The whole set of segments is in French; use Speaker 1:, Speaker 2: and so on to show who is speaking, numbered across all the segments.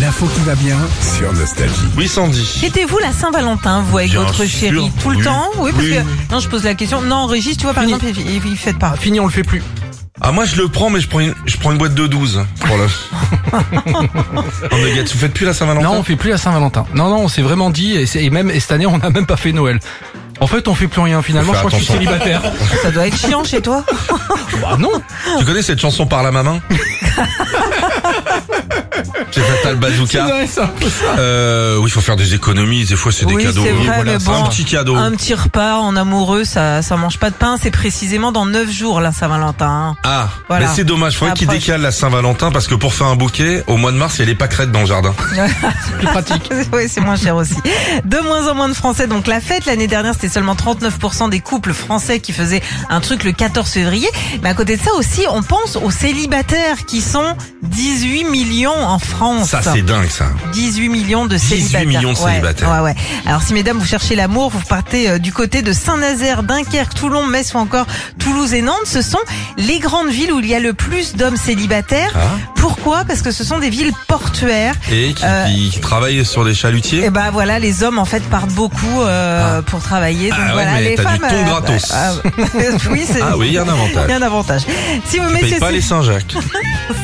Speaker 1: L'info qui va bien sur Nostalgie.
Speaker 2: Oui, Sandy.
Speaker 3: Mettez-vous la Saint-Valentin, vous, avec
Speaker 2: Bien
Speaker 3: votre
Speaker 2: sûr,
Speaker 3: chérie Tout le
Speaker 2: oui.
Speaker 3: temps Oui, parce
Speaker 2: Oui,
Speaker 3: que.
Speaker 2: oui.
Speaker 3: Non, je pose la question. Non, Régis, tu vois, par
Speaker 1: Fini.
Speaker 3: exemple, il, il- il fait pas.
Speaker 1: Fini, on le fait plus.
Speaker 2: Ah, moi, je le prends, mais je prends une, je prends une boîte de 12 pour le. non, mais gars, vous faites plus la Saint-Valentin
Speaker 4: Non, on fait plus la Saint-Valentin. Non, non, on s'est vraiment dit, et, c'est- et même et cette année, on n'a même pas fait Noël. En fait, on fait plus rien finalement.
Speaker 2: Faut
Speaker 4: Je
Speaker 2: faire
Speaker 4: crois que je suis
Speaker 2: attention.
Speaker 4: célibataire.
Speaker 3: Ça doit être chiant chez toi.
Speaker 4: bah non.
Speaker 2: Tu connais cette chanson par la maman J'ai fatal bazooka.
Speaker 4: vrai, ça.
Speaker 2: Euh, oui, il faut faire des économies. Des fois, c'est des
Speaker 3: Oui,
Speaker 2: cadeaux.
Speaker 3: c'est vrai, mais
Speaker 2: c'est
Speaker 3: bon.
Speaker 2: un petit cadeau.
Speaker 3: Un petit repas en amoureux, ça, ça mange pas de pain. C'est précisément dans 9 jours, la Saint-Valentin. hein.
Speaker 2: Ah,
Speaker 3: Voilà.
Speaker 2: mais c'est dommage. Faudrait qu'il
Speaker 3: Approche.
Speaker 2: décale la Saint-Valentin parce que pour faire un bouquet, au mois de mars, il y a les pâquerettes dans le jardin.
Speaker 4: Plus pratique.
Speaker 3: oui, c'est moins cher aussi. De moins en moins de Français. Donc, la fête, l'année dernière, c'était seulement 39% des couples français qui faisaient un truc le 14 février. Mais à côté de ça aussi, on pense aux célibataires qui sont 18 millions en France.
Speaker 2: Ça, c'est dingue, ça.
Speaker 3: 18 millions de
Speaker 2: 18
Speaker 3: célibataires.
Speaker 2: millions de
Speaker 3: Ouais,
Speaker 2: célibataires.
Speaker 3: Ouais, ouais. Alors si mesdames vous cherchez l'amour, vous partez euh, du côté de Saint-Nazaire, Dunkerque, Toulon, Metz ou encore Toulouse et Nantes. Ce sont les grandes villes où il y a le plus d'hommes célibataires.
Speaker 2: Ah.
Speaker 3: Pourquoi Parce que ce sont des villes portuaires.
Speaker 2: Et qui,
Speaker 3: Euh,
Speaker 2: qui- qui travaille sur des
Speaker 3: Et
Speaker 2: chalutiers.
Speaker 3: ben voilà, les hommes en fait partent beaucoup euh, pour travailler. Donc
Speaker 2: Ah ouais,
Speaker 3: voilà,
Speaker 2: mais
Speaker 3: les
Speaker 2: t'as du
Speaker 3: femmes. euh, ah,
Speaker 2: ton gratos.
Speaker 3: oui, c'est.
Speaker 2: Ah oui, il y a un
Speaker 3: Il
Speaker 2: avantage.
Speaker 3: y a un avantage. Si vous
Speaker 2: Tu
Speaker 3: mettez
Speaker 2: payes pas les Saint-Jacques.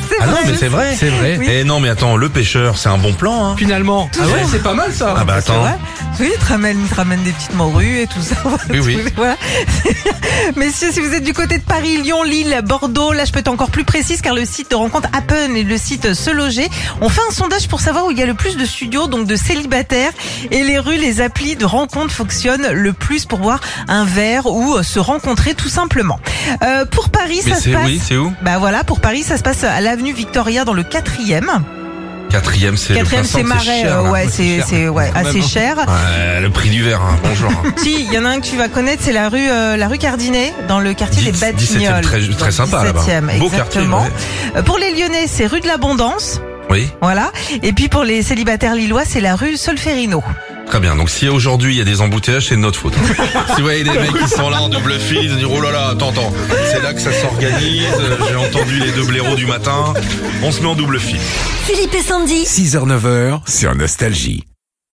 Speaker 3: c'est
Speaker 2: Ah non,
Speaker 3: vrai.
Speaker 2: mais c'est vrai.
Speaker 4: C'est vrai.
Speaker 3: Oui.
Speaker 2: Eh non, mais attends, le pêcheur, c'est un bon plan, hein.
Speaker 4: Finalement. Ah ouais, c'est pas mal ça.
Speaker 2: Ah bah
Speaker 3: C'est
Speaker 2: attends.
Speaker 3: vrai. Oui, ils te ramènent, ils te ramènent des petites morues et tout ça.
Speaker 2: Oui, oui.
Speaker 3: Voilà. Messieurs, si vous êtes du côté de Paris, Lyon, Lille, Bordeaux, là je peux être encore plus précise car le site de rencontre Happen et le site Se Loger ont fait un sondage pour savoir où il y a le plus de studios, donc de célibataires. Et les rues, les applis de rencontre fonctionnent le plus pour boire un verre ou euh, se rencontrer tout simplement. Euh, pour Paris,
Speaker 2: Mais
Speaker 3: ça se
Speaker 2: c'est,
Speaker 3: passe...
Speaker 2: oui, c'est où?
Speaker 3: Bah voilà, pour Paris, ça se passe à l'avenue Victoria dans le quatrième.
Speaker 2: Quatrième, c'est
Speaker 3: Quatrième,
Speaker 2: le
Speaker 3: c'est
Speaker 2: Printemps,
Speaker 3: Marais.
Speaker 2: cher,
Speaker 3: euh,
Speaker 2: là.
Speaker 3: ouais, c'est, c'est, ouais,
Speaker 4: Quand
Speaker 3: assez
Speaker 4: même, hein.
Speaker 3: cher.
Speaker 2: Ouais, le prix du verre, hein. bonjour.
Speaker 3: Si, il y en a un que tu vas connaître, c'est la rue euh, la rue Cardinet, dans le quartier des
Speaker 2: 17e,
Speaker 3: Batignolles.
Speaker 2: très- très sympa, là-bas.
Speaker 3: 17e,
Speaker 2: Beau quartier,
Speaker 3: exactement.
Speaker 2: ouais.
Speaker 3: Euh, Pour les Lyonnais, c'est rue de l'Abondance,
Speaker 2: Oui,
Speaker 3: voilà. Et puis pour les célibataires lillois, c'est la rue Solferino.
Speaker 2: très bien. Donc si aujourd'hui il y a des embouteillages, c'est de notre faute. si vous voyez des mecs qui sont là en double file, ils disent oh là là, attends, attends. C'est là que ça s'organise. euh, J'ai entendu les deux blaireaux du matin. On se met en double file.
Speaker 5: Philippe et Sandy.
Speaker 1: 6h, 9h sur Nostalgie.